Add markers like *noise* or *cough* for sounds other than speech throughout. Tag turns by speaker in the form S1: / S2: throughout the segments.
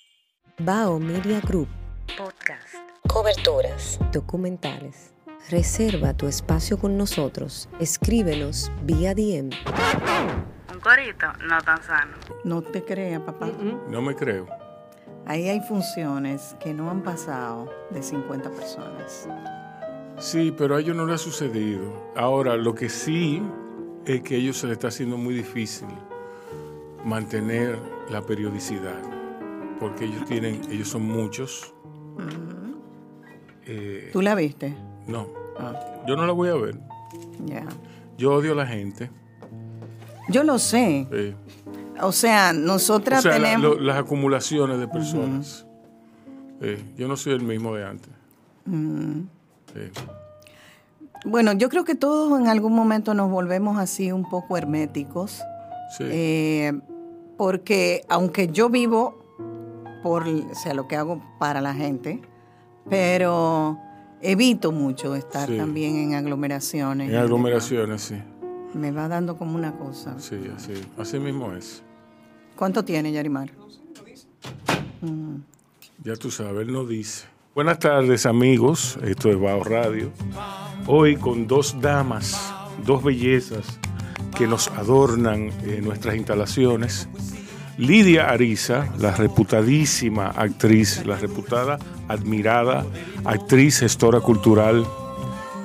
S1: Bao Media Group. Podcast. Coberturas. Documentales. Reserva tu espacio con nosotros. Escríbenos vía DM.
S2: Un corito no tan sano.
S3: No te creas, papá.
S4: No me creo.
S3: Ahí hay funciones que no han pasado de 50 personas.
S4: Sí, pero a ellos no le ha sucedido. Ahora, lo que sí es que a ellos se les está haciendo muy difícil mantener la periodicidad, porque ellos tienen, ellos son muchos. Eh,
S3: ¿Tú la viste?
S4: no,
S3: Ah,
S4: yo no la voy a ver.
S3: ya.
S4: Yo odio a la gente.
S3: Yo lo sé.
S4: eh.
S3: O sea,
S4: O
S3: nosotras
S4: sea, la-
S3: tenemos...
S4: lo- las acumulaciones de personas. Eh, yo no soy el mismo de antes.
S3: Mm.
S4: Eh,
S3: Bueno, yo creo que todos en algún momento nos volvemos así un poco herméticos.
S4: sí.
S3: Eh, porque aunque yo vivo por o sea, lo que hago para la gente, pero evito mucho estar
S4: Sí.
S3: también en aglomeraciones.
S4: en aglomeraciones, sí.
S3: Me va dando como una cosa.
S4: Sí, así, así mismo es.
S3: ¿Cuánto tiene Yarimar?
S4: Ya tú sabes, él no dice. Buenas tardes, amigos. Esto es Bao Radio. Hoy con dos damas, dos bellezas que nos adornan eh, nuestras instalaciones. Lidia Ariza, la reputadísima actriz, la reputada, admirada actriz, gestora cultural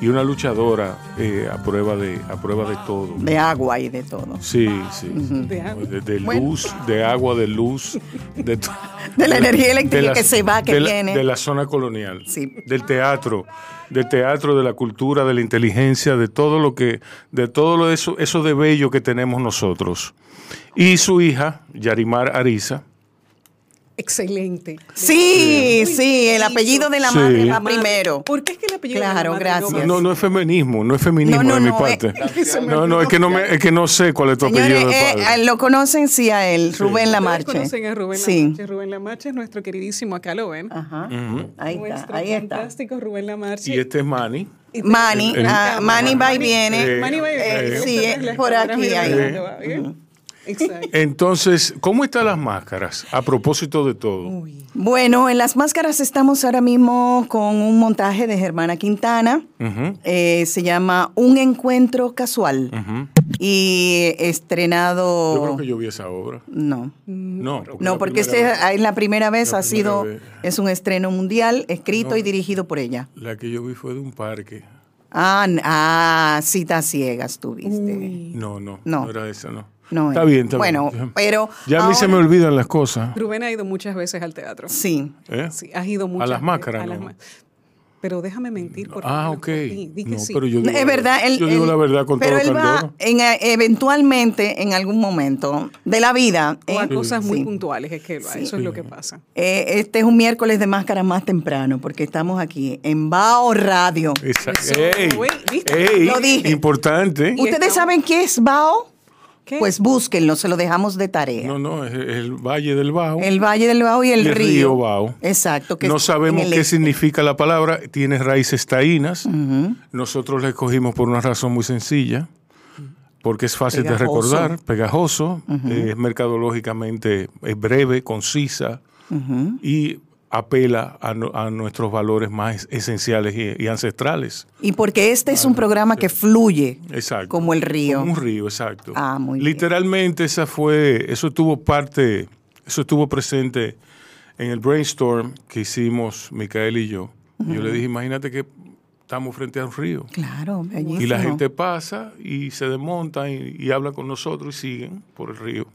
S4: y una luchadora eh, a, prueba de, a prueba de todo.
S3: De agua y de todo.
S4: Sí, sí. De, de luz, de agua, de luz, de, to-
S3: *laughs* De la energía eléctrica
S4: de la-
S3: que se va, que
S4: de la-
S3: viene.
S4: de la zona colonial,
S3: Sí.
S4: del teatro, del teatro, de la cultura, de la inteligencia, de todo lo que, de todo lo eso, eso de bello que tenemos nosotros. Y su hija, Yarimar Ariza,
S5: Excelente.
S3: Sí, sí, el
S5: Muy
S3: apellido de la
S4: Sí.
S3: madre va primero.
S5: ¿Por qué es que el apellido de la
S3: Claro,
S5: madre
S3: gracias.
S5: no
S4: no, no es feminismo, no es feminismo
S3: No, no,
S4: de mi
S3: no, eh,
S4: parte.
S3: *laughs*
S5: es- se me
S4: no, no, es que no me, es que no sé cuál es tu
S3: Señores,
S4: apellido de
S3: eh,
S4: padre.
S3: lo conocen sí a él, Rubén
S5: Ustedes
S3: Lamarche.
S5: conocen a Rubén
S3: sí.
S5: Lamarche. Rubén Lamarche es nuestro queridísimo, acá lo ven.
S3: Ajá. Ahí está,
S5: Nuestro
S3: ahí está.
S5: fantástico Rubén Lamarche.
S4: Y este es Manny.
S5: Y te-
S3: Mani,
S4: El-
S3: ah, Mani va y
S4: Eh,
S3: viene.
S5: Manny va y viene.
S3: eh,
S5: Ustedes
S3: sí,
S5: las
S3: eh, por
S5: cámaras
S3: aquí,
S5: miran
S3: ahí. ¿eh?
S5: dónde va, ¿bien? Exacto.
S4: Entonces, ¿cómo están las máscaras? A propósito de todo.
S3: Bueno, en las máscaras estamos ahora mismo con un montaje de Germana Quintana.
S4: Ujú,
S3: Eh, se llama Un Encuentro Casual
S4: ujú.
S3: y estrenado...
S4: Yo creo que yo vi esa obra.
S3: No.
S4: No, porque,
S3: No,
S4: la
S3: Oh. porque este
S4: primera vez-
S3: es la primera vez,
S4: La
S3: ha sido,
S4: primera vez.
S3: es un estreno mundial, escrito
S4: No.
S3: y dirigido por ella.
S4: la que yo vi fue de un parque.
S3: Ah, n- ah citas ciegas
S5: Este,
S3: tuviste.
S4: No, no,
S3: No.
S4: no, era esa, no.
S3: No,
S4: está
S3: eh,
S4: bien, está
S3: bueno,
S4: bien.
S3: pero
S4: ya a mí se me
S3: ahora-
S4: olvidan las cosas.
S5: Rubén ha ido muchas veces al teatro.
S3: Sí.
S4: ¿eh?
S5: Sí, has ido muchas
S4: las
S5: veces,
S4: máscaras,
S5: a las
S4: no.
S5: ma- Pero déjame mentir. Por
S4: Ah,
S5: favor,
S4: ok.
S5: por ti. Di que
S4: No,
S5: sí.
S4: pero yo digo,
S3: es
S4: la
S3: verdad, él-
S4: yo digo
S3: él-
S4: la verdad con
S3: pero
S4: todo
S3: él va
S4: candor.
S3: en, eh, eventualmente, en algún momento de la vida.
S5: O a
S3: ¿eh?
S5: cosas muy
S3: Sí.
S5: puntuales es que él va. Eso es lo que pasa.
S3: Eh, este es un miércoles de máscara más temprano, porque estamos aquí en Bao Radio.
S4: Esa-
S5: Eso,
S4: ey,
S5: güey, ¿viste?
S4: ey,
S3: Lo dije.
S4: Importante.
S3: ¿Ustedes
S5: estamos-
S3: saben qué es Bao?
S5: ¿Qué?
S3: Pues búsquenlo, se lo dejamos de tarea.
S4: No, no, es el Valle del Bajo.
S3: El Valle del Bajo y el,
S4: y el
S3: río.
S4: río Bajo.
S3: Exacto. que
S4: no
S3: es
S4: sabemos
S3: en el
S4: qué
S3: este.
S4: significa la palabra, tiene raíces taínas. Nosotros la escogimos por una razón muy sencilla, porque es fácil
S3: Pegajoso.
S4: de recordar, pegajoso, eh, es mercadológicamente es breve, concisa y apela a, no- a nuestros valores más esenciales y, y ancestrales.
S3: Y porque este es un programa que fluye.
S4: Exacto.
S3: Como el río.
S4: Como un río, exacto.
S3: Ah, muy bien.
S4: Literalmente esa fue, eso tuvo parte, eso estuvo presente en el brainstorm que hicimos Micael y yo. Yo le dije, imagínate que estamos frente a un río.
S3: Claro, bellísimo.
S4: Y la gente pasa y se desmonta y, y habla con nosotros y siguen por el río.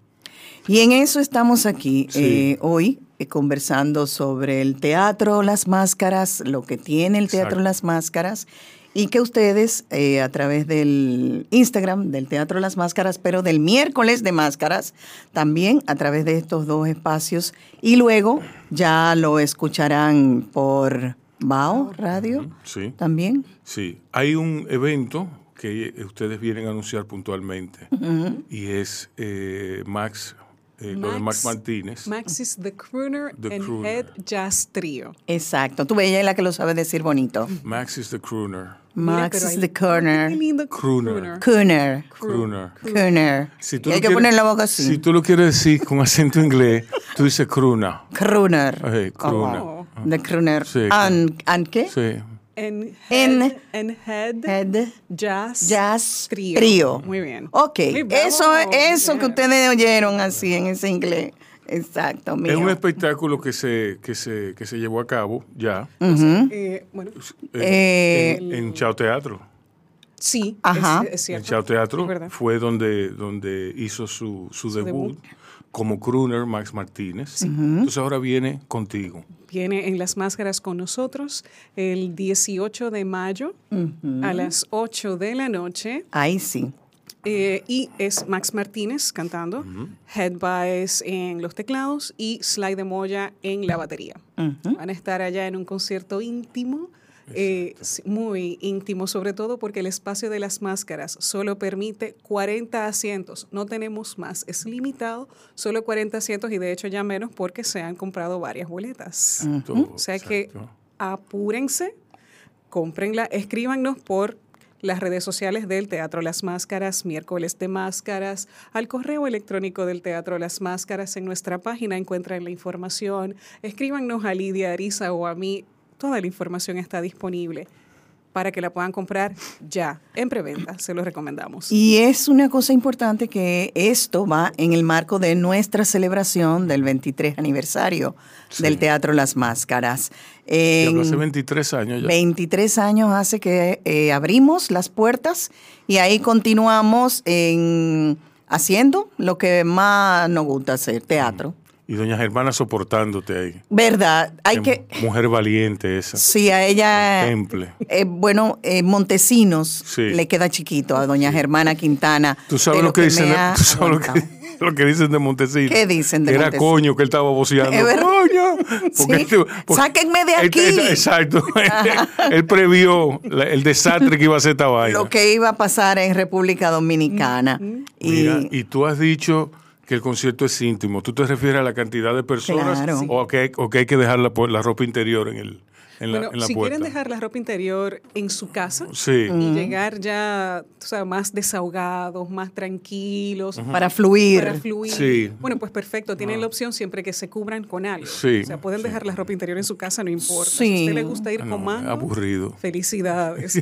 S3: Y en eso estamos aquí
S4: Sí.
S3: eh, hoy, eh, conversando sobre el teatro, las máscaras, lo que tiene el teatro,
S4: Exacto.
S3: las máscaras, y que ustedes eh, a través del Instagram del Teatro Las Máscaras, pero del miércoles de máscaras, también a través de estos dos espacios, y luego ya lo escucharán por Bao Radio
S4: Sí.
S3: también.
S4: Sí, hay un evento que ustedes vienen a anunciar puntualmente y es eh, Max, eh, lo de Max Martínez.
S5: Max is the crooner
S4: The
S5: and
S4: crooner.
S5: head jazz trio.
S3: Exacto, tú ella es la que lo sabe decir bonito.
S4: Max is the crooner.
S5: Mira,
S3: Max
S5: pero
S3: is
S5: ahí-
S3: the
S5: Qué
S3: corner.
S5: lindo
S4: Crooner.
S3: Cooner.
S4: Crooner.
S3: Crooner.
S4: Si tú
S3: Y
S4: lo
S3: hay que
S4: quieres-
S3: poner la boca así.
S4: Si tú lo quieres decir con acento inglés, tú dices cruna.
S3: Crooner.
S4: Eh, crooner.
S3: Oh, wow. The crooner.
S4: Sí,
S3: and, and qué?
S4: Sí.
S5: And
S3: En-
S5: head, and head
S3: Head
S5: jazz,
S3: jazz
S5: trio.
S3: trio.
S5: Muy bien.
S3: Ok.
S5: Muy bravo.
S3: Eso, eso que
S5: Yeah.
S3: ustedes oyeron así en ese inglés. Exacto. mío.
S4: Es un espectáculo que se, que se, que se llevó a cabo ya
S5: Eh, bueno,
S4: eh,
S3: Mm, Eh,
S4: en, en Chao Teatro.
S5: sí,
S3: Ajá.
S5: Es, es
S4: En
S5: cierto.
S4: Chao Teatro
S5: Es verdad.
S4: fue donde, donde hizo su, su debut
S5: debut.
S4: como crooner Max Martínez. Entonces ahora viene contigo.
S5: Viene en Las Máscaras con nosotros el 18 de mayo a las 8 de la noche.
S3: Ahí sí.
S5: Eh, y es Max Martínez cantando, Head Baez en los teclados y Sly de Moya en la batería. Van a estar allá en un concierto íntimo, eh, sí, muy íntimo, sobre todo porque el espacio de las máscaras solo permite 40 asientos, no tenemos más, es limitado, solo 40 asientos y de hecho ya menos porque se han comprado varias boletas. O sea que
S4: Exacto.
S5: apúrense, cómprenla, escríbanos por las redes sociales del Teatro Las Máscaras, miércoles de máscaras, al correo electrónico del Teatro Las Máscaras. En nuestra página encuentran la información. Escríbanos a Lidia Ariza o a mí. Toda la información está disponible para que la puedan comprar ya, en preventa. Se lo recomendamos.
S3: Y es una cosa importante que esto va en el marco de nuestra celebración del 23 aniversario del Teatro Las Máscaras. En-
S4: Diablo, hace 23 años ya.
S3: 23 años hace que eh, abrimos las puertas y ahí continuamos en haciendo lo que más nos gusta hacer, teatro.
S4: Y doña Germana soportándote ahí.
S3: ¿Verdad? Hay
S4: Mm. Qué
S3: que...
S4: Mujer valiente esa.
S3: Sí, a ella...
S4: Temple.
S3: eh, bueno, eh, Montesinos
S4: Sí.
S3: le queda chiquito a doña Germana Quintana.
S4: ¿Tú sabes
S3: de
S4: lo, que,
S3: me
S4: dicen? de-
S3: ha
S4: tú sabes lo que-
S3: aguantado.
S4: *laughs* lo que dicen de Montesinos?
S3: ¿Qué dicen de
S4: Que Era
S3: Montesinos?
S4: coño que él estaba voceando.
S3: Es verdad. *laughs*
S4: ¡Coño! este-
S3: Sí. Sáquenme de
S4: Él-
S3: aquí.
S4: él-
S3: *laughs*
S4: este exacto. él previó la- el desastre que iba a ser esta vaina.
S3: Lo que iba a pasar en República Dominicana. Y,
S4: Mira, y tú has dicho que el concierto es íntimo. ¿Tú te refieres a la cantidad de personas
S3: Claro.
S4: o, a que hay, o que hay que dejar la, pu- la ropa interior en, el, en la,
S5: Bueno,
S4: en la
S5: si
S4: puerta?
S5: quieren dejar la ropa interior en su casa,
S4: Sí.
S3: Mm.
S5: y llegar ya tú sabes, más desahogados, más tranquilos.
S3: para fluir.
S5: Para fluir.
S4: Sí.
S5: Bueno, pues perfecto. Tienen la opción siempre que se cubran con algo.
S4: Sí,
S5: O sea, pueden dejar la ropa interior en su casa, no importa.
S3: Sí.
S5: Si a usted le gusta ir
S4: Ah, no,
S5: con mango,
S4: aburrido.
S5: felicidades.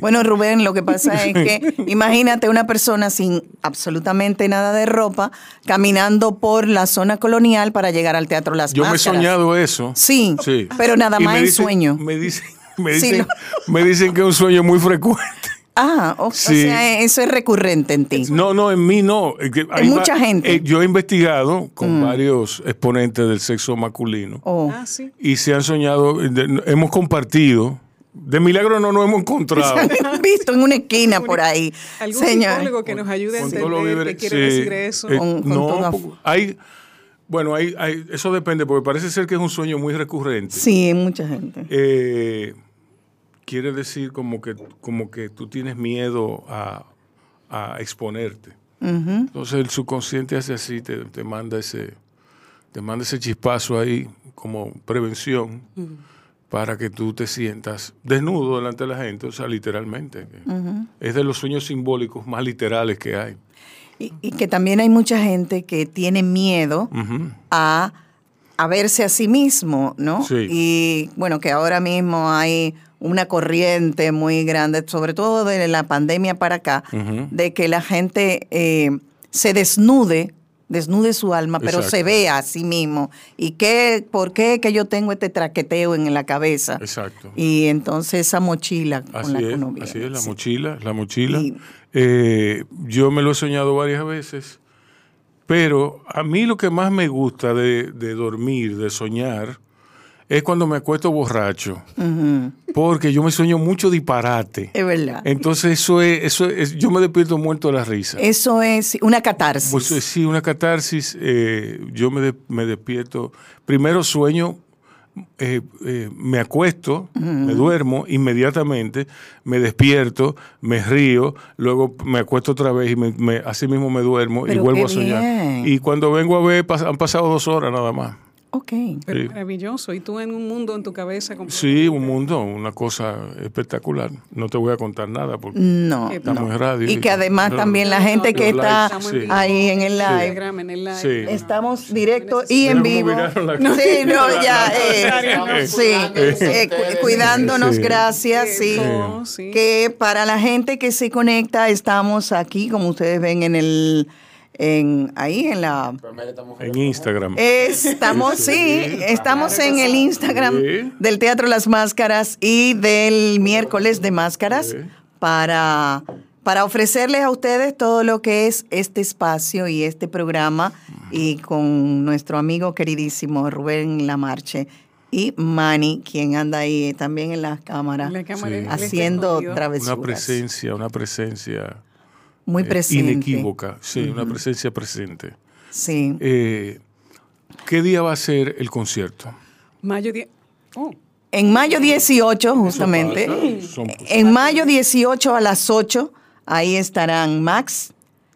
S4: *laughs*
S3: Bueno, Rubén, lo que pasa es que imagínate una persona sin absolutamente nada de ropa caminando por la zona colonial para llegar al Teatro Las
S4: Yo me he
S3: Máscaras.
S4: soñado eso.
S3: Sí,
S4: Sí.
S3: pero nada
S4: Y
S3: más
S4: me
S3: en
S4: dicen-
S3: sueño.
S4: Me dicen, *laughs* me,
S3: Sí,
S4: dicen,
S3: lo-
S4: me dicen que es un sueño
S3: *laughs*
S4: muy frecuente.
S3: Ah, o, o
S4: Sí.
S3: sea, eso es recurrente en ti.
S4: No, no, en mí no. Es que hay
S3: mucha
S4: va-
S3: gente. Mm.
S4: eh, yo he investigado con varios exponentes del sexo masculino
S3: Oh.
S5: Ah, sí.
S4: y se han soñado, eh, de- hemos compartido. De milagro no nos hemos encontrado.
S3: Se han *laughs* visto en una esquina por ahí.
S5: Algún
S3: Señor,
S5: psicólogo que nos ayude a
S4: Con todo lo
S5: entender
S4: libre-
S5: qué quiere
S4: sí,
S5: decir eso.
S3: *laughs*
S4: eh,
S3: Con- con
S4: *laughs* no,
S3: todo a-
S4: po- hay, bueno, hay, hay- eso depende, porque parece ser que es un sueño muy recurrente.
S3: sí, mucha gente.
S4: Eh, quiere decir como que, como que tú tienes miedo a, a exponerte. Entonces el subconsciente hace así, te, te manda ese, te manda ese chispazo ahí como prevención para que tú te sientas desnudo delante de la gente, o sea, literalmente. Es de los sueños simbólicos más literales que hay.
S3: Y, y que también hay mucha gente que tiene miedo
S4: Ujú.
S3: a, a verse a sí mismo, ¿no?
S4: Sí.
S3: Y bueno, que ahora mismo hay una corriente muy grande, sobre todo de la pandemia para acá,
S4: Ujú.
S3: de que la gente eh, se desnude, desnude su alma, pero
S4: Exacto.
S3: se vea a sí mismo. ¿Y qué, por qué que yo tengo este traqueteo en la cabeza?
S4: Exacto.
S3: Y entonces esa mochila con
S4: Así
S3: la que
S4: es,
S3: uno viene,
S4: así es, la
S3: sí.
S4: mochila, la mochila.
S3: Y-
S4: Eh, yo me lo he soñado varias veces, pero a mí lo que más me gusta de, de dormir, de soñar, es cuando me acuesto borracho,
S3: Ujú,
S4: porque yo me sueño mucho disparate.
S3: Mm. Es verdad.
S4: Entonces eso es, eso es, yo me despierto muerto de la risa.
S3: Eso es una catarsis.
S4: Pues eh, sí, una catarsis. eh, yo me, de- me despierto. Primero sueño, eh, eh, me acuesto, me duermo inmediatamente, me despierto, me río, luego me acuesto otra vez y me, me- así mismo me duermo y
S3: Pero
S4: vuelvo
S3: qué
S4: a soñar.
S3: bien.
S4: Y cuando vengo a ver, pas- han pasado dos horas nada más.
S3: ok.
S5: Pero
S4: Sí.
S5: maravilloso. Y tú en un mundo en tu cabeza. completo.
S4: eh. Sí, un mundo, una cosa espectacular. No te voy a contar nada porque
S3: No.
S4: estamos
S3: no.
S4: en radio.
S3: Y que además
S4: No,
S3: también la
S5: no,
S3: gente
S5: no,
S3: que
S4: los
S3: está
S4: likes, sí.
S3: ahí en el
S5: En el
S3: live.
S5: Instagram, en el live.
S4: Sí.
S5: no, no.
S3: Estamos directo y en
S4: Mira cómo
S3: vivo.
S4: miraron la cara.
S3: Sí, no, ya.
S5: Necesario.
S3: eh, sí, eh, cu- cuidándonos,
S4: Sí.
S3: gracias. Sí.
S5: No, sí.
S3: Que para la gente que se conecta, estamos aquí, como ustedes ven en el. En, ahí en la.
S4: En Instagram.
S3: Eh, Estamos, sí, estamos en el Instagram
S4: Sí.
S3: del Teatro Las Máscaras y del miércoles de Máscaras para, para ofrecerles a ustedes todo lo que es este espacio y este programa y con nuestro amigo queridísimo Rubén Lamarche y Manny, quien anda ahí también en las cámaras
S5: La cámara
S4: Sí.
S5: le está
S3: haciendo
S5: escondido.
S3: travesuras.
S4: una presencia, una presencia.
S3: Muy
S4: eh,
S3: presente.
S4: Inequívoca, sí, una presencia presente.
S3: Sí.
S4: Eh, ¿Qué día va a ser el concierto?
S5: Mayo 10. Oh,
S3: En mayo 18, justamente.
S4: Son-
S3: En mayo 18 a las 8, ahí estarán Max,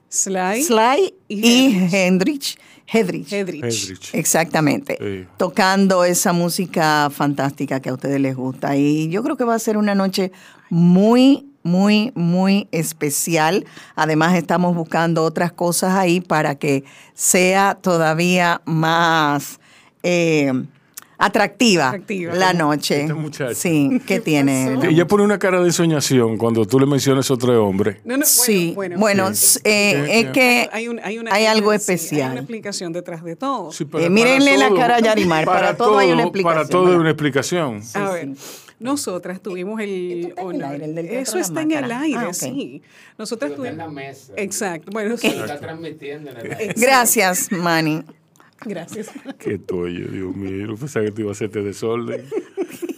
S5: Sly.
S3: Sly y
S5: Y
S3: Hendrich. Hedrich.
S5: Hedrich.
S4: Hedrich.
S3: Exactamente.
S4: Sí.
S3: Tocando esa música fantástica que a ustedes les gusta. Y yo creo que va a ser una noche muy, muy, muy especial. Además, estamos buscando otras cosas ahí para que sea todavía más eh, atractiva,
S5: Atractiva.
S3: la noche.
S4: esta muchacha.
S3: Sí, que tiene. la
S4: Ella pone una cara de soñación cuando tú le mencionas otro hombre.
S5: No, no, bueno,
S3: sí, bueno,
S5: bueno.
S3: s- eh,
S4: Ok,
S3: es
S4: ok.
S3: que
S5: Hay, un- hay una-
S3: hay algo
S5: sí, Hay
S3: especial.
S5: una explicación detrás de todo.
S4: Sí,
S3: Eh, mírenle la
S4: todo-
S3: cara a Yarimar, para todo hay una explicación,
S4: Para todo hay
S3: ¿verdad?
S4: una explicación.
S5: A ver, nosotras tuvimos el
S3: Eh, está en el
S5: honor.
S3: aire, el del Teatro
S5: Eso
S3: La
S5: está en el
S3: Máscara.
S5: aire,
S3: Ah, ok.
S5: sí. Nosotras
S6: Está en la
S5: tuvimos.
S6: mesa.
S5: Exacto. Bueno, sí.
S6: Está transmitiendo en el aire.
S3: gracias, Manny.
S5: Gracias.
S4: Qué toyo, Dios mío. Yo pensaba que te iba a hacerte desorden.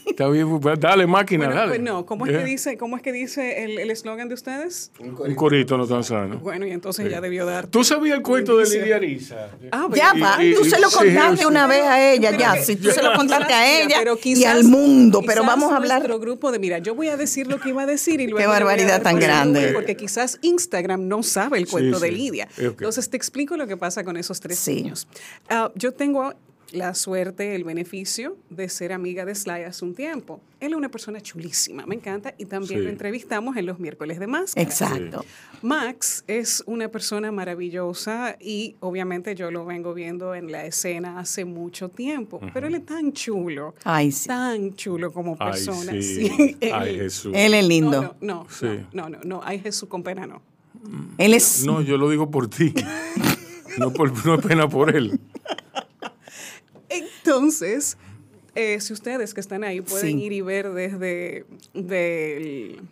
S4: Está bien, pues, dale máquina,
S5: Bueno,
S4: dale.
S5: pues no, ¿cómo es
S4: Eh,
S5: que dice, cómo es que dice el el eslogan de ustedes?
S4: Un corito no tan sano.
S5: Bueno, y entonces ya debió dar.
S4: ¿Tú sabías el cuento de Lidia Arisa?
S5: Ah,
S3: Ya
S5: bueno.
S3: va,
S4: Y- y-
S3: tú se lo
S4: sí,
S3: contaste
S4: sí.
S3: una vez a ella,
S5: Pero
S3: ya,
S5: que-
S3: si tú
S5: pero
S3: se lo
S5: quizás-
S3: contaste a ella
S5: pero
S3: y
S5: quizás-
S3: al mundo, pero
S5: quizás
S3: vamos a hablar
S5: Nuestro grupo de, mira, yo voy a decir lo que iba a decir y luego. le voy a
S3: barbaridad
S5: dar
S3: tan
S5: por el
S3: grande.
S5: nombre, Porque quizás Instagram no sabe el
S4: Sí,
S5: cuento de
S4: sí.
S5: Lidia.
S4: Eh, ok.
S5: Entonces te explico lo que pasa con esos tres
S3: Sí.
S5: niños. Ah, yo tengo la suerte, el beneficio de ser amiga de Sly hace un tiempo. Él es una persona chulísima, me encanta, y también
S4: Sí.
S5: lo entrevistamos en los miércoles de más.
S3: Exacto.
S5: Max es una persona maravillosa y obviamente yo lo vengo viendo en la escena hace mucho tiempo, pero él es tan chulo,
S3: Ay, sí.
S5: tan chulo como
S4: Ay,
S5: persona.
S4: sí.
S5: sí.
S4: *laughs* Ay,
S5: Él-
S4: Jesús.
S3: Él es
S5: No,
S3: lindo.
S5: no, no,
S4: Sí.
S5: no, no, no, no, ay Jesús con pena no.
S3: Él es
S4: No, yo lo digo por
S3: *laughs*
S4: ti. No, por, no es pena por él.
S5: Entonces, eh, si ustedes que están ahí pueden
S3: Sí.
S5: ir y ver desde del-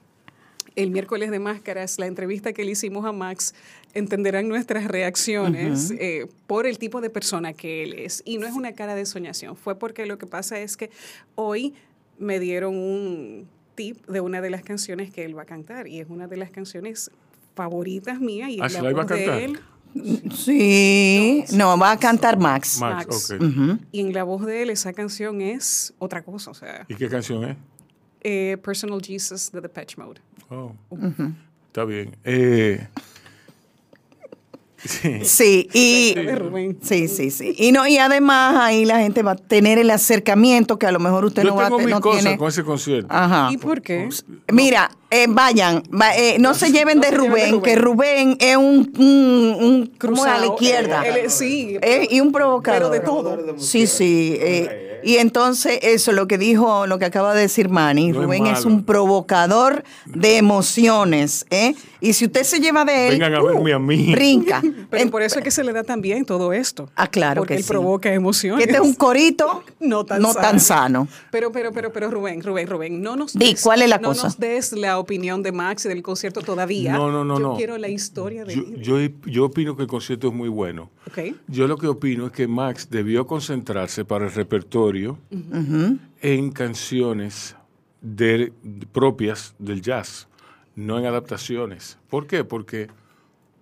S5: el miércoles de máscaras la entrevista que le hicimos a Max, entenderán nuestras reacciones eh, por el tipo de persona que él es. Y no es una cara de soñación, fue porque lo que pasa es que hoy me dieron un tip de una de las canciones que él va a cantar y es una de las canciones favoritas mías y
S4: Ah,
S5: es
S4: ¿se
S5: la
S4: la iba a
S5: voz
S4: cantar?
S5: de él.
S3: sí, no va a cantar Max.
S4: Max,
S5: Max.
S4: ok.
S5: Y en la voz de él esa canción es otra cosa, o sea,
S4: ¿Y qué canción es?
S5: eh, Personal Jesus de Depeche Mode.
S4: *laughs* Oh, Está bien. Eh,
S3: Sí, y
S5: de Rubén.
S3: sí, sí, sí. Y no, y además ahí la gente va a tener el acercamiento que a lo mejor usted
S4: Yo
S3: no va a
S4: tengo
S3: tener.
S4: mi
S3: no
S4: cosa
S3: tiene- Ah.
S4: con ese concierto.
S3: Ajá.
S5: ¿Y por qué?
S3: Mira, eh, vayan, va- eh, no se lleven de
S5: se lleven de
S3: Rubén,
S5: Rubén.
S3: que Rubén es un, un, un cruzado a la
S5: Cruzado,
S3: izquierda.
S5: él es- sí.
S3: Eh, y un provocador.
S5: Pero de todo.
S3: Sí, sí. eh, y entonces, eso, lo que dijo, lo que acaba de decir Manny,
S4: No es
S3: Rubén es,
S4: malo.
S3: un provocador de emociones. ¿eh? Y si usted se lleva de él. uh,
S4: Vengan a verme a mí.
S3: Brinca.
S5: Pero
S3: En-
S5: por eso es que se le da también todo esto.
S3: Ah, claro
S5: Porque
S3: que
S5: él
S3: sí.
S5: provoca
S3: que
S5: emociones.
S3: este es un corito
S5: no tan sano.
S3: tan sano.
S5: Pero, pero, pero, pero, Rubén, Rubén, Rubén, no nos
S3: Di, ¿cuál es la
S5: no
S3: cosa?
S5: nos des la opinión de Max y del concierto todavía.
S4: No, no, no,
S5: Yo
S4: no.
S5: quiero la historia de
S4: Yo, yo, yo opino que el concierto es muy bueno.
S5: Ok.
S4: Yo lo que opino es que Max debió concentrarse para el repertorio en canciones de- propias del jazz, no en adaptaciones. ¿Por qué? Porque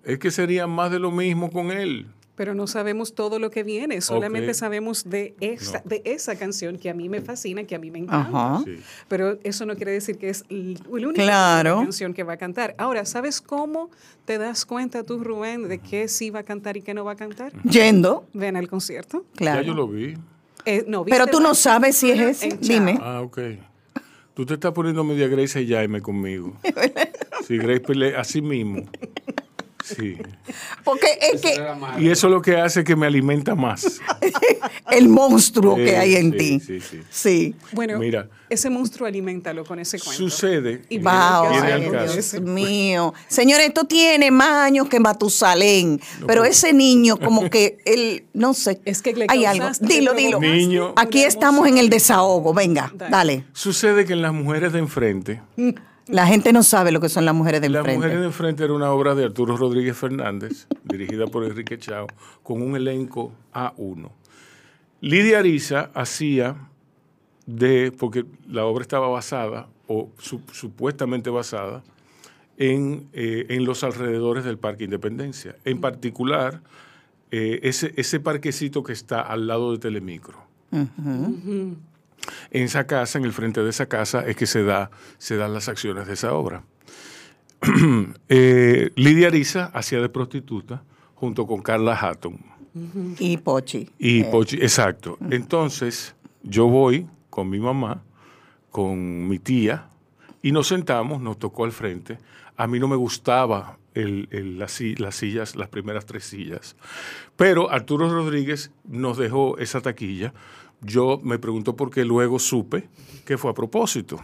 S4: es que sería más de lo mismo con él.
S5: Pero no sabemos todo lo que viene, solamente
S4: Ok.
S5: sabemos de esa,
S4: No.
S5: de esa canción que a mí me fascina, que a mí me encanta.
S3: Ajá.
S4: Sí.
S5: Pero eso no quiere decir que es l- el único
S3: Claro.
S5: canción que va a cantar. Ahora, ¿sabes cómo te das cuenta tú, Rubén, de qué sí va a cantar y qué no va a cantar?
S3: Yendo,
S5: Ven al concierto.
S4: Ya yo
S3: claro.
S4: lo vi.
S5: Eh, no,
S3: Pero
S5: ¿viste
S3: tú no
S5: Max?
S3: sabes si es ese.
S5: En Chao.
S3: Dime.
S4: Ah, ok. Tú te estás poniendo media Grace y
S3: *laughs*
S4: Jaime conmigo. Sí, Grace Pele, así mismo. Sí.
S3: Porque es que
S4: Y eso es lo que hace que me alimenta más.
S3: *laughs* el monstruo
S4: Sí,
S3: que hay en
S4: sí,
S3: ti.
S4: sí, sí.
S3: Sí.
S5: Bueno,
S4: Mira.
S5: ese monstruo alimentalo con ese cuento.
S4: Sucede.
S5: Y
S3: Wow,
S5: Viene
S4: Viene
S5: al
S3: ay,
S4: caso.
S3: Dios mío. Señores, esto tiene más años que Matusalén. pero
S4: pues.
S3: ese niño, como que él, no sé.
S5: *laughs* Es que le
S3: hay algo.
S5: causaste, le
S3: Dilo, dilo.
S5: provocaste
S4: Niño.
S5: una
S3: Aquí estamos en
S5: emoción.
S3: el desahogo. Venga,
S5: Dale.
S3: dale.
S4: Sucede que en las mujeres de enfrente,
S3: La gente no sabe lo que son las mujeres del
S4: las
S3: frente.
S4: mujeres de enfrente era una obra de Arturo Rodríguez Fernández, *laughs* dirigida por Enrique Chao, con un elenco A1. Lidia Ariza hacía de, porque la obra estaba basada, o su- supuestamente basada, en, eh, en los alrededores del Parque Independencia. En particular, eh, ese, ese parquecito que está al lado de Telemicro. En esa casa, en el frente de esa casa, es que se, da, se dan las acciones de esa obra. Eh, Lidia Ariza hacía de prostituta junto con Carla Hatton.
S3: Y Pochi.
S4: Y Pochi- exacto. Entonces, yo voy con mi mamá, con mi tía, y nos sentamos, nos tocó al frente. A mí no me gustaba el- el- las, si- las sillas, las primeras tres sillas. Pero Arturo Rodríguez nos dejó esa taquilla. Yo me pregunto por qué luego supe que fue a propósito.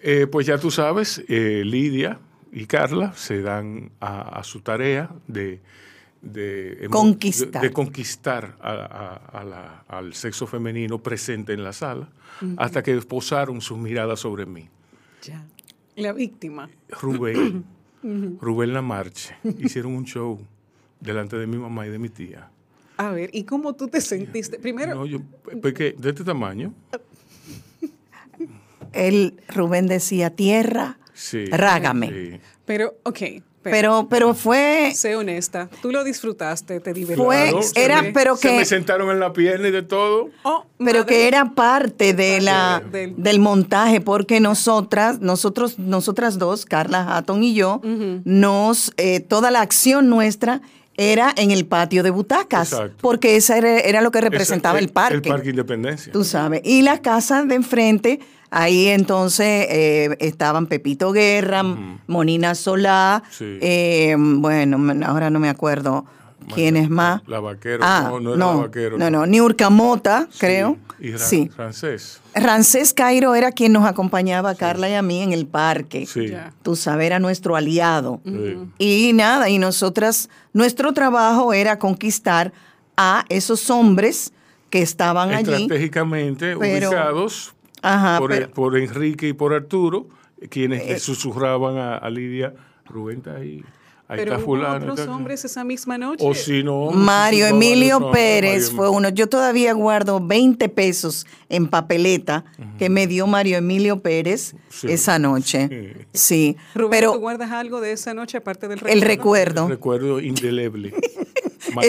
S4: Eh, pues ya tú sabes, eh, Lidia y Carla se dan a, a su tarea de, de-
S3: Conquistar.
S4: de- de conquistar a- a- a la- al sexo femenino presente en la sala, hasta que posaron sus miradas sobre mí.
S5: Ya. La víctima.
S4: Rubén, Rubén Lamarche, hicieron un show delante de mi mamá y de mi tía.
S5: A ver, ¿y cómo tú te sentiste? Primero,
S4: No, yo, porque de este tamaño,
S3: Él, Rubén decía, tierra,
S4: sí.
S3: rágame.
S4: Sí.
S5: pero, ok, pero,
S3: Pero, pero fue,
S5: sé honesta, tú lo disfrutaste, te divertiste.
S3: Fue-
S4: se
S3: era-
S4: me-
S3: pero
S4: Se
S3: que-
S4: me sentaron en la pierna y de todo.
S5: Oh,
S3: pero
S5: madre.
S3: que era parte de la,
S5: Del-
S3: del montaje, porque nosotras, nosotros, nosotras dos, Carla Hatton y yo, nos, eh, toda la acción nuestra era en el patio de butacas,
S4: Exacto.
S3: porque esa era, era lo que representaba
S4: Ese-
S3: el parque.
S4: El Parque Independencia.
S3: Tú sabes. Y las casas de enfrente, ahí entonces eh, estaban Pepito Guerra, Monina Solá,
S4: Sí.
S3: eh, bueno, me- ahora no me acuerdo quién es más.
S4: La Vaquero,
S3: Ah,
S4: no, no era La Vaquero,
S3: No,
S4: no.
S3: no, ni Urcamota,
S4: Sí,
S3: creo.
S4: Y Ra-
S3: sí.
S4: francés.
S3: Rancés Cairo era quien nos acompañaba a Carla y a mí en el parque.
S4: Sí.
S5: Ya.
S3: Tú sabes, era nuestro aliado.
S4: Sí.
S3: Y nada, y nosotras, nuestro trabajo era conquistar a esos hombres que estaban allí.
S4: Estratégicamente
S3: pero-
S4: ubicados
S3: Ajá,
S4: por,
S3: pero- Eh.
S4: por Enrique y por Arturo, quienes le susurraban a, a Lidia, Rubén está ahí, ahí
S5: Pero
S4: está
S5: hubo
S4: fulano.
S5: otros
S4: está- Oh,
S5: hombres esa misma noche.
S4: o si no,
S3: Mario
S4: sí, no,
S3: Emilio
S4: varios hombres,
S3: Pérez
S4: Mario-
S3: fue uno. Yo todavía guardo 20 pesos en papeleta que me dio Mario Emilio Pérez
S4: Sí.
S3: esa noche. Sí,
S5: Rubén, ¿tú
S3: pero
S5: guardas algo de esa noche aparte del
S3: el recuerdo.
S4: Recuerdo indeleble. Marca-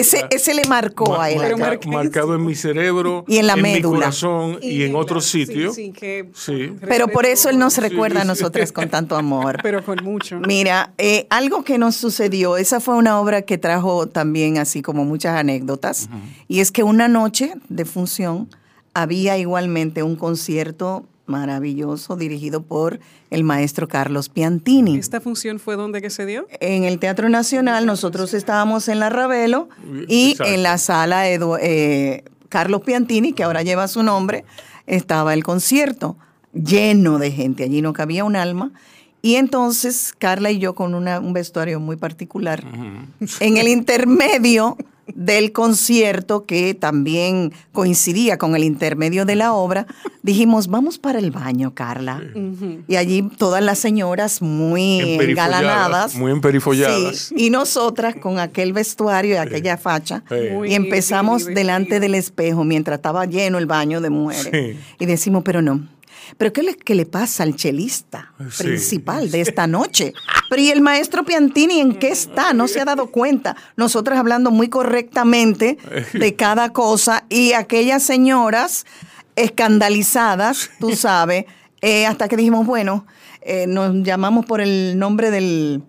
S3: *laughs* Ese, ese le marcó
S4: Ma-
S3: a él.
S4: marca-
S5: Pero
S3: acá.
S5: marca-
S4: marcado en mi cerebro,
S3: Y en la
S4: en mi
S3: médula.
S4: corazón y, en
S5: la-
S4: otro
S5: sí,
S4: sitio.
S5: sí, que-
S4: Sí.
S3: Pero por eso él nos recuerda a
S4: sí.
S3: nosotras con tanto
S5: *laughs*
S3: amor.
S5: Pero con mucho.
S3: Mira, eh, algo que nos sucedió, esa fue una obra que trajo también así como muchas anécdotas, y es que una noche de función había igualmente un concierto maravilloso dirigido por el maestro Carlos Piantini.
S5: Esta función fue donde que se dio. *laughs*
S3: En el Teatro Nacional nosotros estábamos en la Ravelo y
S4: Exacto.
S3: en la sala Edu- eh, Carlos Piantini, que ahora lleva su nombre, estaba el concierto lleno de gente, allí no cabía un alma. Y entonces Carla y yo con una- un vestuario muy particular, en el intermedio del concierto, que también coincidía con el intermedio de la obra, dijimos, vamos para el baño, Carla. Y allí todas las señoras muy
S4: Emperifolladas,
S3: engalanadas.
S4: muy emperifolladas.
S3: Sí, y nosotras con aquel vestuario y aquella facha.
S4: Sí.
S5: Muy
S3: Y empezamos
S5: bien, bien
S3: delante
S5: vestido.
S3: del espejo mientras estaba lleno el baño de mujeres.
S4: Sí.
S3: Y decimos, pero no. ¿Pero qué le, qué le pasa al chelista
S4: Sí.
S3: principal de esta noche? Pero ¿y el maestro Piantini en qué está? No se ha dado cuenta. Nosotras hablando muy correctamente de cada cosa y aquellas señoras escandalizadas, tú sabes, eh, hasta que dijimos, bueno, eh, nos llamamos por el nombre del,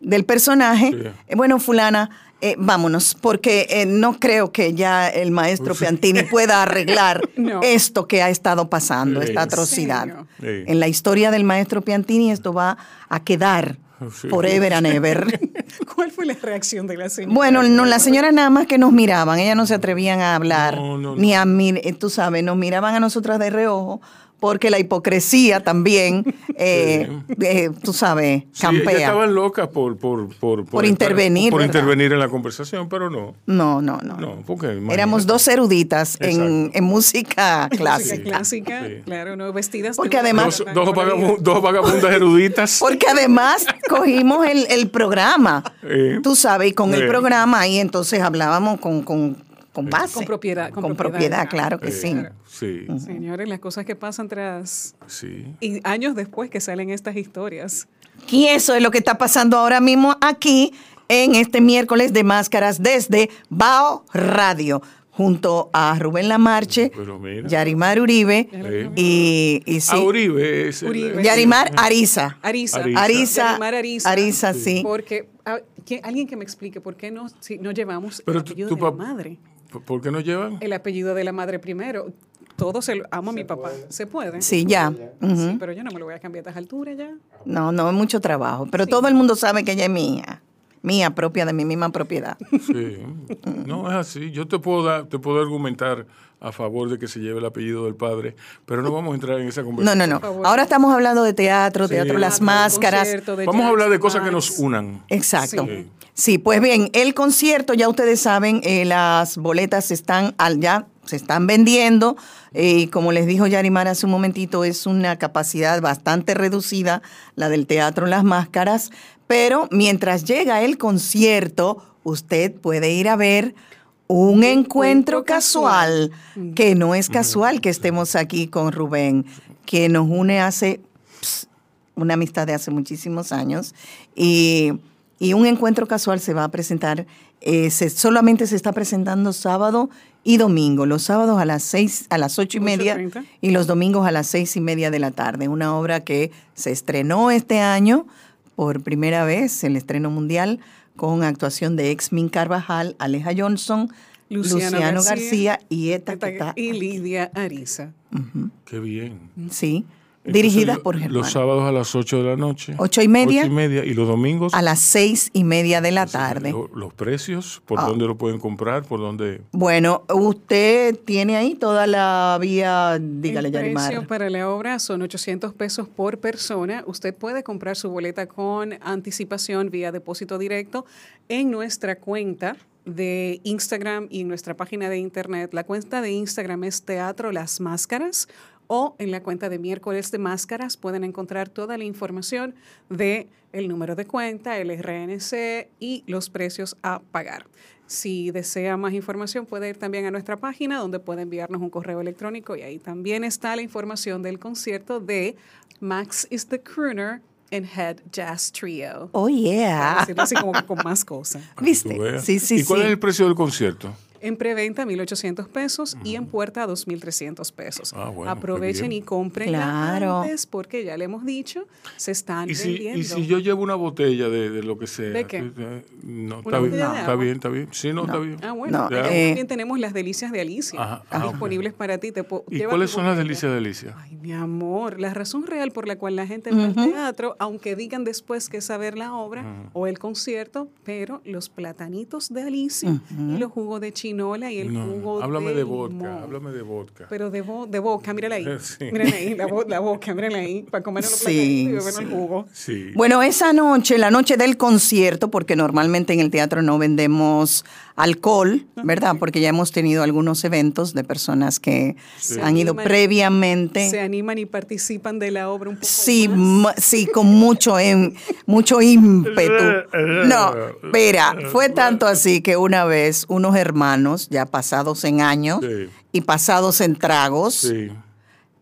S3: del personaje.
S4: Sí.
S3: Eh, Bueno, fulana, eh, vámonos, porque eh, no creo que ya el
S4: Pues
S3: maestro Piantini pueda arreglar
S5: No.
S3: esto que ha estado pasando,
S4: Sí.
S3: esta atrocidad.
S5: serio?
S4: Sí.
S3: En la historia del maestro Piantini esto va a quedar
S4: Oh, Sí.
S3: forever and
S4: *laughs*
S3: ever.
S5: ¿Cuál fue la reacción de la señora?
S3: Bueno, no, las señoras nada más que nos miraban, ellas no se atrevían a hablar,
S4: No, no,
S3: ni a mir- eh, tú sabes, nos miraban a nosotras de reojo, porque la hipocresía también,
S4: *laughs*
S3: eh, eh, tú sabes,
S4: Sí, ellas
S3: campea.
S4: estaban locas por, por, por,
S3: Por
S4: estar-
S3: intervenir,
S4: por
S3: ¿verdad?
S4: intervenir en la conversación, pero no.
S3: No, no, no.
S4: No, porque imagínate.
S3: Éramos dos eruditas en,
S4: Exacto.
S3: en *laughs* música
S5: Música
S3: clásica.
S5: clásica,
S4: Sí.
S5: claro, no vestidas. de
S3: Porque
S5: una
S3: además-
S4: Dos,
S5: forma
S4: dos
S5: colorida.
S4: vagabu- *laughs* dos vagabundas eruditas.
S3: Porque además cogimos el, el programa,
S4: Eh.
S3: tú sabes, y con
S4: Eh.
S3: el programa ahí entonces hablábamos con, con, con base.
S5: Con propiedad, con
S3: Con propiedad,
S5: propiedad,
S3: claro que
S4: Eh,
S3: sí.
S4: Sí,
S5: Señores, las cosas que pasan tras
S4: sí.
S5: y años después que salen estas historias.
S3: Y eso es lo que está pasando ahora mismo aquí en este miércoles de máscaras desde Bao Radio, junto a Rubén Lamarche,
S4: Pero mira.
S3: Yarimar Uribe
S4: Eh.
S3: y, y sí,
S4: Ah, Uribe es el-
S5: Uribe.
S3: Yarimar Ariza.
S5: Arisa.
S4: Arisa.
S3: Arisa,
S5: Llamar Arisa.
S3: Arisa, sí.
S5: Porque ah, que- alguien que me explique por qué no, si no llevamos
S4: Pero
S5: el
S4: tu-
S5: apellido
S4: tu
S5: de la
S4: pap-
S5: madre.
S4: ¿Por- ¿Por qué
S3: *laughs*
S4: no llevan?
S5: El apellido de la madre primero. Todo se lo amo a mi papá. ¿Se puede?
S3: Sí, ya. Ujú.
S5: Sí, pero yo no me lo voy a cambiar a estas alturas ya.
S3: No, no, es mucho trabajo. Pero todo el mundo sabe que ella es mía. Mía, propia de mi misma propiedad.
S4: Sí. No, es así. Yo te puedo, dar, te puedo argumentar a favor de que se lleve el apellido del padre, pero no vamos a entrar en esa
S3: No,
S4: conversación.
S3: no, no.
S5: favor.
S3: Ahora estamos hablando de teatro, teatro Las
S5: Teatro,
S3: Máscaras.
S5: concierto de
S4: Vamos a
S5: jazz,
S4: hablar de cosas que
S5: vals.
S4: nos unan.
S3: Exacto.
S4: Sí.
S3: Sí. pues bien, el concierto, ya ustedes saben, eh, las boletas están al, ya se están vendiendo. Eh, como les dijo Yarimar hace un momentito, es una capacidad bastante reducida, la del teatro Las Máscaras. Pero mientras llega el concierto, usted puede ir a ver un encuentro
S5: encuentro
S3: casual, que no es casual que estemos aquí con Rubén, que nos une hace una amistad de hace muchísimos años y, y un encuentro casual se va a presentar, eh, se- solamente se está presentando sábado y domingo, los sábados a las seis, a las ocho y media
S5: 8:30.
S3: y los domingos a las seis y media de la tarde, una obra que se estrenó este año por primera vez, el estreno mundial, con actuación de Exmin Carvajal, Aleja Johnson, Luciano,
S5: Luciano
S3: García,
S5: García
S3: y Eta, que está-
S5: Y Lidia Arisa.
S4: Qué bien.
S3: sí,
S4: Entonces,
S3: dirigidas
S4: lo-
S3: por Germán.
S4: Los sábados a las 8 de la noche.
S3: Ocho y media.
S4: Ocho y media. Y los domingos.
S3: a las seis y media de la
S4: Entonces,
S3: tarde.
S4: lo- los precios, por
S3: Ah.
S4: dónde lo pueden comprar, por dónde.
S3: Bueno, usted tiene ahí toda la vía, dígale,
S5: el precio pues.
S3: Yarimar.
S5: para la obra son 800 pesos por persona. Usted puede comprar su boleta con anticipación vía depósito directo en nuestra cuenta de Instagram y en nuestra página de internet. La cuenta de Instagram es Teatro Las Máscaras o en la cuenta de miércoles de máscaras pueden encontrar toda la información de el número de cuenta, el RNC y los precios a pagar. Si desea más información puede ir también a nuestra página donde puede enviarnos un correo electrónico y ahí también está la información del concierto de Max is the Crooner and Head Jazz Trio.
S3: Oh,
S4: Ah.
S3: yeah.
S5: Decirlo así como que con
S4: *laughs*
S5: más cosas.
S4: Para que
S3: *laughs*
S4: tú
S3: ¿Viste?
S4: veas.
S3: Sí, sí,
S4: ¿Y cuál
S3: sí.
S4: es el precio del concierto?
S5: En preventa 1.800 pesos y en puerta 2.300 pesos.
S4: Mm. Ah, bueno, qué
S5: Aprovechen y
S4: bien.
S5: compren
S3: Claro.
S5: antes porque ya le hemos dicho, se están
S4: ¿Y si,
S5: vendiendo.
S4: y si yo llevo una botella de, de lo que sea.
S5: Ah, ¿De qué?
S4: Eh, No,
S5: ¿Una
S4: está bien,
S5: botella de
S4: está
S5: agua?
S4: bien, está bien. Sí, no, está bien.
S5: Ah, bueno.
S3: No,
S5: pero
S4: eh,
S5: también tenemos las delicias de Alicia
S4: Ajá, ah,
S5: disponibles para ti. Te po-
S4: ¿Y
S5: lleva
S4: cuáles
S5: tu
S4: son las
S5: botella.
S4: delicias de Alicia?
S5: Ay, mi amor, la razón real por la cual la gente va al teatro, aunque digan después que es a ver la obra o el concierto, pero los platanitos de Alicia y los jugos de chinola y el
S4: No,
S5: jugo Pues,
S4: háblame de, vodka,
S5: limón.
S4: háblame de vodka.
S5: Pero de, bo- de boca, mírala ahí.
S4: *laughs* Sí.
S5: Mírenla ahí, la, bo- la boca, mírala ahí, para comer los
S3: Sí,
S5: platanitos y beber
S3: sí.
S5: el jugo.
S4: sí.
S3: Bueno, esa noche, la noche del concierto, porque normalmente en el teatro no vendemos alcohol,
S5: Ah,
S3: ¿verdad? Porque ya hemos tenido algunos eventos de personas que
S4: Sí.
S3: han ido
S5: Animan-
S3: previamente.
S5: Se animan y participan de la obra un poco
S3: Sí,
S5: más.
S3: ma- sí, con mucho, em- mucho ímpetu. No, espera, fue tanto así que una vez unos hermanos, ya pasados en años
S4: Sí.
S3: y pasados en tragos,
S4: Sí.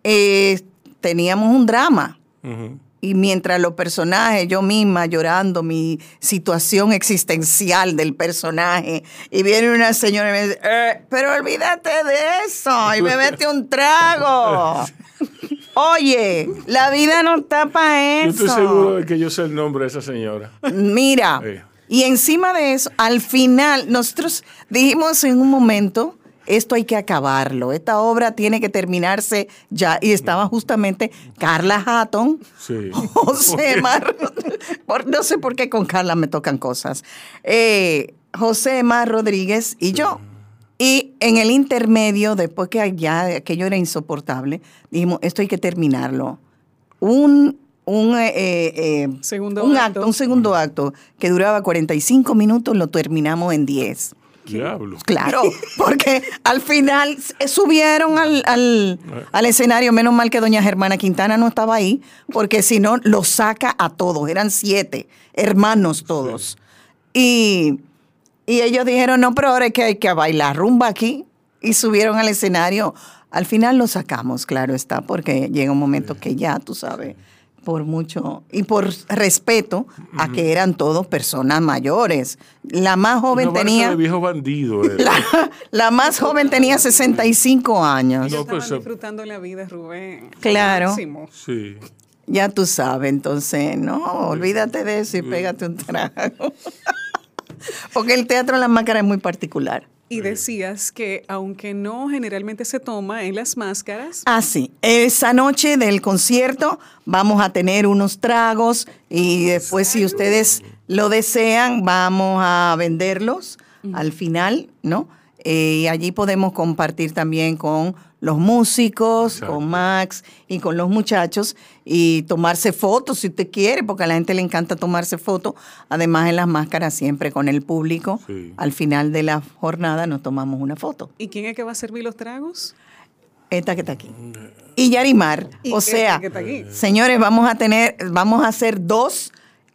S3: eh, teníamos un drama.
S4: Ujú.
S3: Y mientras los personajes, yo misma llorando mi situación existencial del personaje, y viene una señora y me dice, "Eh, pero olvídate de eso y bebete un
S4: *laughs*
S3: trago. Oye, la vida no está para
S4: Yo
S3: eso.
S4: estoy seguro de que yo sé el nombre de esa señora.
S3: Mira,
S4: Sí.
S3: y encima de eso, al final, nosotros dijimos en un momento, esto hay que acabarlo, esta obra tiene que terminarse ya. Y estaba justamente Carla Hatton, *laughs*
S4: Sí.
S3: José Mar, por- no sé por qué con Carla me tocan cosas, Eh, José Mar Rodríguez y yo. Y en el intermedio, después que ya aquello era insoportable, dijimos, esto hay que terminarlo. Un, un, eh, eh, eh,
S5: Segundo
S3: un
S5: acto.
S3: acto, un segundo acto que duraba 45 minutos, lo terminamos en 10.
S4: Diablo.
S3: *laughs* Claro, porque al final s- subieron al, al- al escenario. Menos mal que doña Germana Quintana no estaba ahí, porque si no, lo saca a todos. Eran siete hermanos todos. Y, y ellos dijeron, no, pero ahora es que hay que bailar rumba aquí. Y subieron al escenario. Al final lo sacamos, claro está, porque llega un momento que ya, tú sabes, por mucho, y por respeto a que eran todos personas mayores. La más joven
S4: Una barca
S3: tenía...
S4: de viejo
S3: *laughs*
S4: bandido. eh. era.
S3: La, la más joven tenía 65 años.
S4: No,
S5: Ellos
S4: pues,
S5: estaban
S4: eh,
S5: disfrutando la vida, Rubén.
S3: Claro.
S5: Máximo.
S4: Sí.
S3: Ya tú sabes, entonces, no, olvídate de eso y pégate un trago. *laughs* Porque el teatro en la máscara es muy particular.
S5: Y decías que aunque no generalmente se toma en las máscaras,
S3: Ah, sí. Esa noche del concierto vamos a tener unos tragos y después, si ustedes lo desean, vamos a venderlos al final, ¿no? Eh, y allí podemos compartir también con los músicos,
S4: Exacto.
S3: con Max y con los muchachos y tomarse fotos si usted quiere, porque a la gente le encanta tomarse fotos. Además, en las máscaras siempre con el público.
S4: Sí.
S3: Al final de la jornada nos tomamos una foto.
S5: ¿y quién es que va a servir los tragos?
S3: Esta que está aquí. Y Yarimar.
S5: Y
S3: O
S5: que-
S3: sea,
S5: que está aquí.
S3: señores, vamos a tener, vamos a hacer dos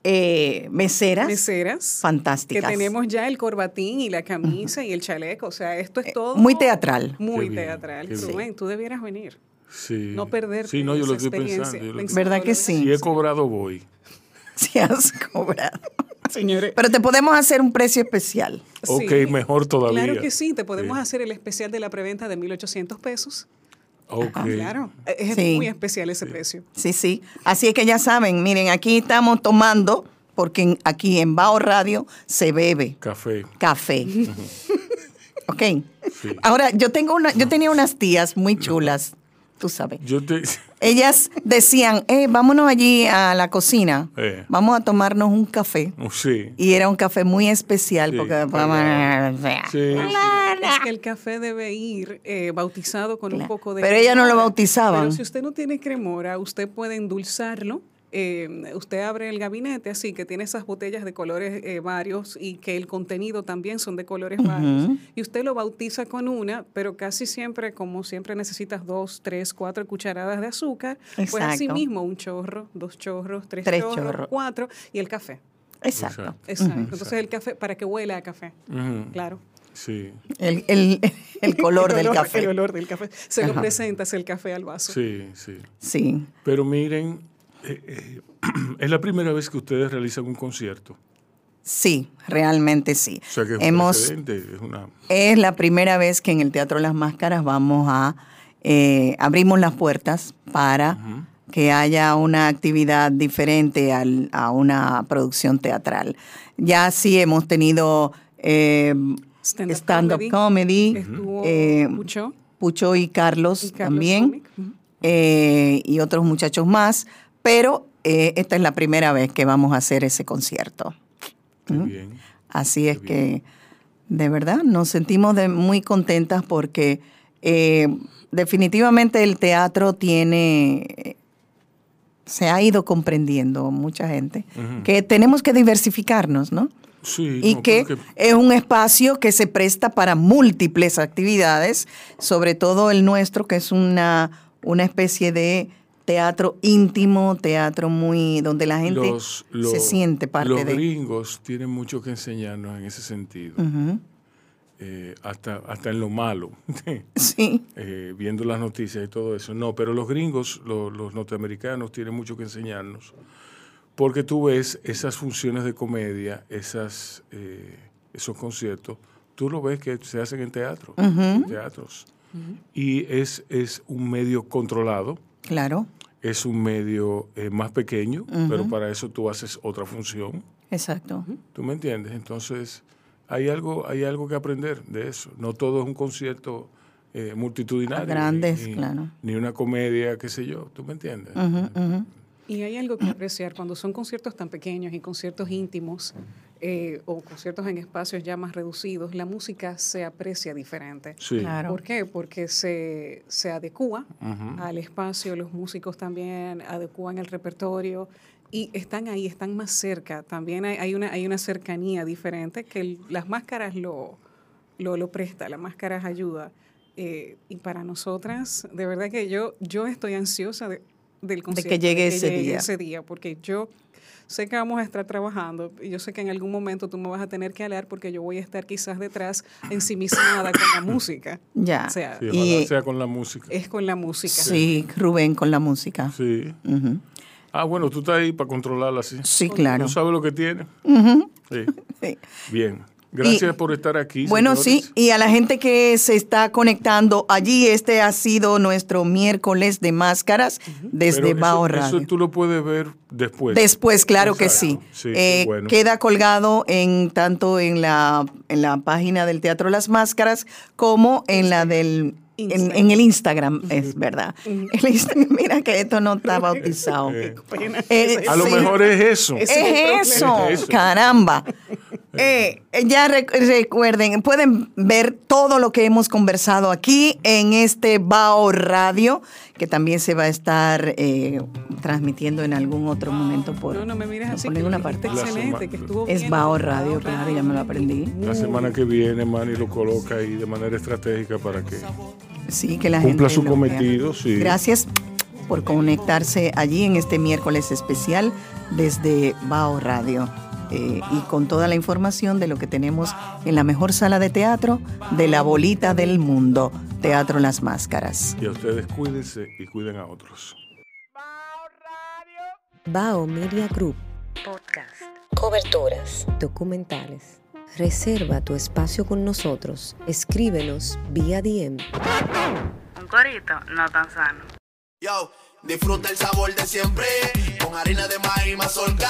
S3: eh, meseras.
S5: Meseras.
S3: fantásticas.
S5: Que tenemos ya el corbatín y la camisa y el chaleco. O sea, esto es todo.
S3: Eh, Muy teatral. *laughs*
S5: Muy
S4: Qué bien,
S5: teatral.
S4: qué bien.
S5: Rubén, tú debieras venir.
S4: Sí.
S5: No perderte
S4: Sí, no, yo
S5: esa
S4: lo estoy
S5: experiencia.
S4: pensando. yo lo-
S5: Pensando
S3: ¿Verdad que
S5: lo
S3: sí?
S4: Si he cobrado, voy.
S3: Si has cobrado.
S5: Señores.
S3: Pero te podemos hacer un precio especial.
S4: Ok,
S5: Sí.
S4: mejor todavía.
S5: Claro que sí, te podemos
S4: Sí.
S5: hacer el especial de la preventa de 1.800 pesos.
S4: Ok.
S5: Ah, Claro, es es
S3: Sí.
S5: muy especial ese precio.
S3: Sí, sí. Así es que ya saben, miren, aquí estamos tomando, porque en- aquí en Bao Radio se bebe
S4: Café.
S5: *laughs*
S3: café. ok.
S4: Sí.
S3: Ahora, yo tengo una, yo tenía unas tías muy chulas, tú sabes.
S4: Yo te. *laughs*
S3: Ellas decían, eh, vámonos allí a la cocina,
S4: Eh.
S3: vamos a tomarnos un café.
S4: Oh, Sí.
S3: Y era un café muy especial
S4: Sí,
S3: porque...
S4: claro. Sí,
S5: Es que el café debe ir eh, bautizado con un
S3: Claro.
S5: poco de.
S3: Pero ella no lo
S5: cremora.
S3: bautizaban.
S5: Pero si usted no tiene cremora, usted puede endulzarlo. Eh, usted abre el gabinete, así que tiene esas botellas de colores eh, varios y que el contenido también son de colores varios. Y usted lo bautiza con una, pero casi siempre, como siempre, necesitas dos, tres, cuatro cucharadas de azúcar. Pues
S3: Exacto.
S5: así mismo, un chorro, dos chorros, tres,
S3: Tres
S5: chorros,
S3: chorros.
S5: cuatro y el café.
S3: Exacto.
S5: Exacto. Entonces el café, para que huela a café.
S4: Ujú.
S5: Claro.
S4: Sí.
S3: El, el-
S4: *laughs*
S5: *laughs*
S3: el color
S5: El
S3: del
S5: olor- El
S3: café.
S5: olor del café. Se lo presentas el café al vaso.
S4: Sí, sí.
S3: Sí.
S4: Pero miren, eh, eh, *clears throat* es la primera vez que ustedes realizan un concierto.
S3: Sí, realmente sí.
S4: O sea que es un
S3: Hemos,
S4: precedente, es una-
S3: es la primera vez que en el Teatro Las Máscaras vamos a eh, abrimos las puertas para que haya una actividad diferente al- a una producción teatral. Ya sí hemos tenido eh,
S5: Stand-up
S3: stand-up comedy,
S5: Estuvo
S3: eh,
S5: mucho.
S3: Pucho y Carlos,
S5: Y Carlos
S3: también,
S5: Sonic, ujú.
S3: eh, y otros muchachos más, pero eh, esta es la primera vez que vamos a hacer ese concierto.
S4: Qué bien.
S3: Así es
S4: Qué
S3: que, de verdad, nos sentimos de- muy contentas porque eh, definitivamente el teatro tiene, se ha ido comprendiendo mucha gente,
S4: Ujú.
S3: que tenemos que diversificarnos, ¿no?
S4: Sí,
S3: y
S4: no,
S3: que,
S4: creo
S3: es un espacio que se presta para múltiples actividades, sobre todo el nuestro, que es una, una especie de teatro íntimo, teatro muy donde la gente
S4: los, los-
S3: se siente parte
S4: los
S3: de.
S4: gringos tienen mucho que enseñarnos en ese sentido,
S3: Ujú.
S4: eh, hasta, hasta en lo malo, *laughs*
S3: Sí.
S4: eh, viendo las noticias y todo eso. No, pero los gringos, lo- los norteamericanos, tienen mucho que enseñarnos, porque tú ves esas funciones de comedia, esas, eh, esos conciertos, tú lo ves que se hacen en teatro, en teatros. Y es, es un medio controlado,
S3: Claro,
S4: es un medio eh, más pequeño, pero para eso tú haces otra función.
S3: exacto.
S4: ¿Tú me entiendes? Entonces, hay algo, hay algo que aprender de eso. No todo es un concierto eh, multitudinario.
S3: A grandes,
S4: ni, ni-
S3: claro.
S4: Ni una comedia, qué sé yo. ¿Tú me entiendes?
S3: Ujú, ujú.
S5: Y hay algo que apreciar cuando son conciertos tan pequeños y conciertos íntimos eh, o conciertos en espacios ya más reducidos, la música se aprecia diferente.
S4: Sí.
S3: Claro.
S5: ¿Por qué? Porque se, se adecúa
S4: Ujú.
S5: al espacio, los músicos también adecúan el repertorio y están ahí, están más cerca. También hay, hay una, hay una cercanía diferente que el- las máscaras lo, lo, lo presta, las máscaras ayuda. Eh, y para nosotras, de verdad que yo, yo estoy ansiosa de- del concierto.
S3: llegue ese día.
S5: ese día, porque yo sé que vamos a estar trabajando y yo sé que en algún momento tú me vas a tener que hablar porque yo voy a estar quizás detrás ensimismada con
S3: *coughs*
S5: la música.
S3: Ya.
S5: O sea,
S4: Sí,
S3: Y- eh,
S4: ojalá sea con la música.
S5: es con la música.
S3: Sí, Rubén con la música. Sí,
S4: Sí. Ah, bueno, tú estás ahí para controlarla, sí.
S3: claro.
S4: Tú sabes lo que tiene. Sí.
S3: Sí.
S4: Bien. Gracias
S3: Y-
S4: por estar aquí.
S3: Bueno, sí,
S4: señores.
S3: y a la gente que se está conectando allí, este ha sido nuestro miércoles de máscaras
S4: Pero
S3: desde
S4: eso-
S3: Bao
S4: Eso,
S3: Radio.
S4: tú lo puedes ver después.
S3: Después, claro que sí.
S4: Exacto. Sí,
S3: Eh,
S4: qué bueno.
S3: Queda colgado en tanto en la, en la página del Teatro Las Máscaras como en la del en,
S5: Instagram.
S3: en el Instagram, es verdad. El Instagram, *laughs* mira que esto no está bautizado. Eh,
S4: A lo
S3: sí.
S4: mejor es eso.
S5: Es- el problema.
S3: Es eso,
S4: Eso.
S3: caramba. Eh, ya rec- recuerden, pueden ver todo lo que hemos conversado aquí en este Bao Radio, que también se va a estar eh, transmitiendo en algún otro momento por,
S5: No, no me mires así.
S3: por
S5: que
S3: ninguna
S5: lo
S3: parte.
S5: dijiste
S4: La
S5: Excelente,
S4: suma-
S5: que estuvo
S3: Es
S5: bien,
S3: Bao
S5: es
S3: Radio, claro, ya me lo aprendí.
S4: La semana que viene, Manny lo coloca ahí de manera estratégica para que
S3: Sí, que la
S4: Cumpla
S3: gente
S4: su
S3: lo
S4: cometido,
S3: vea.
S4: sí.
S3: Gracias por conectarse allí en este miércoles especial desde Bao Radio. eh, y con toda la información de lo que tenemos en la mejor sala de teatro de la bolita del mundo, Teatro Las Máscaras.
S4: y a ustedes cuídense y cuiden a otros.
S1: Bao Media Group.
S2: Podcast.
S1: Coberturas. Documentales. Reserva tu espacio con nosotros. Escríbenos vía DM.
S2: Un corito no tan sano.
S7: Yo, disfruta el sabor de siempre con harina de maíz mazorca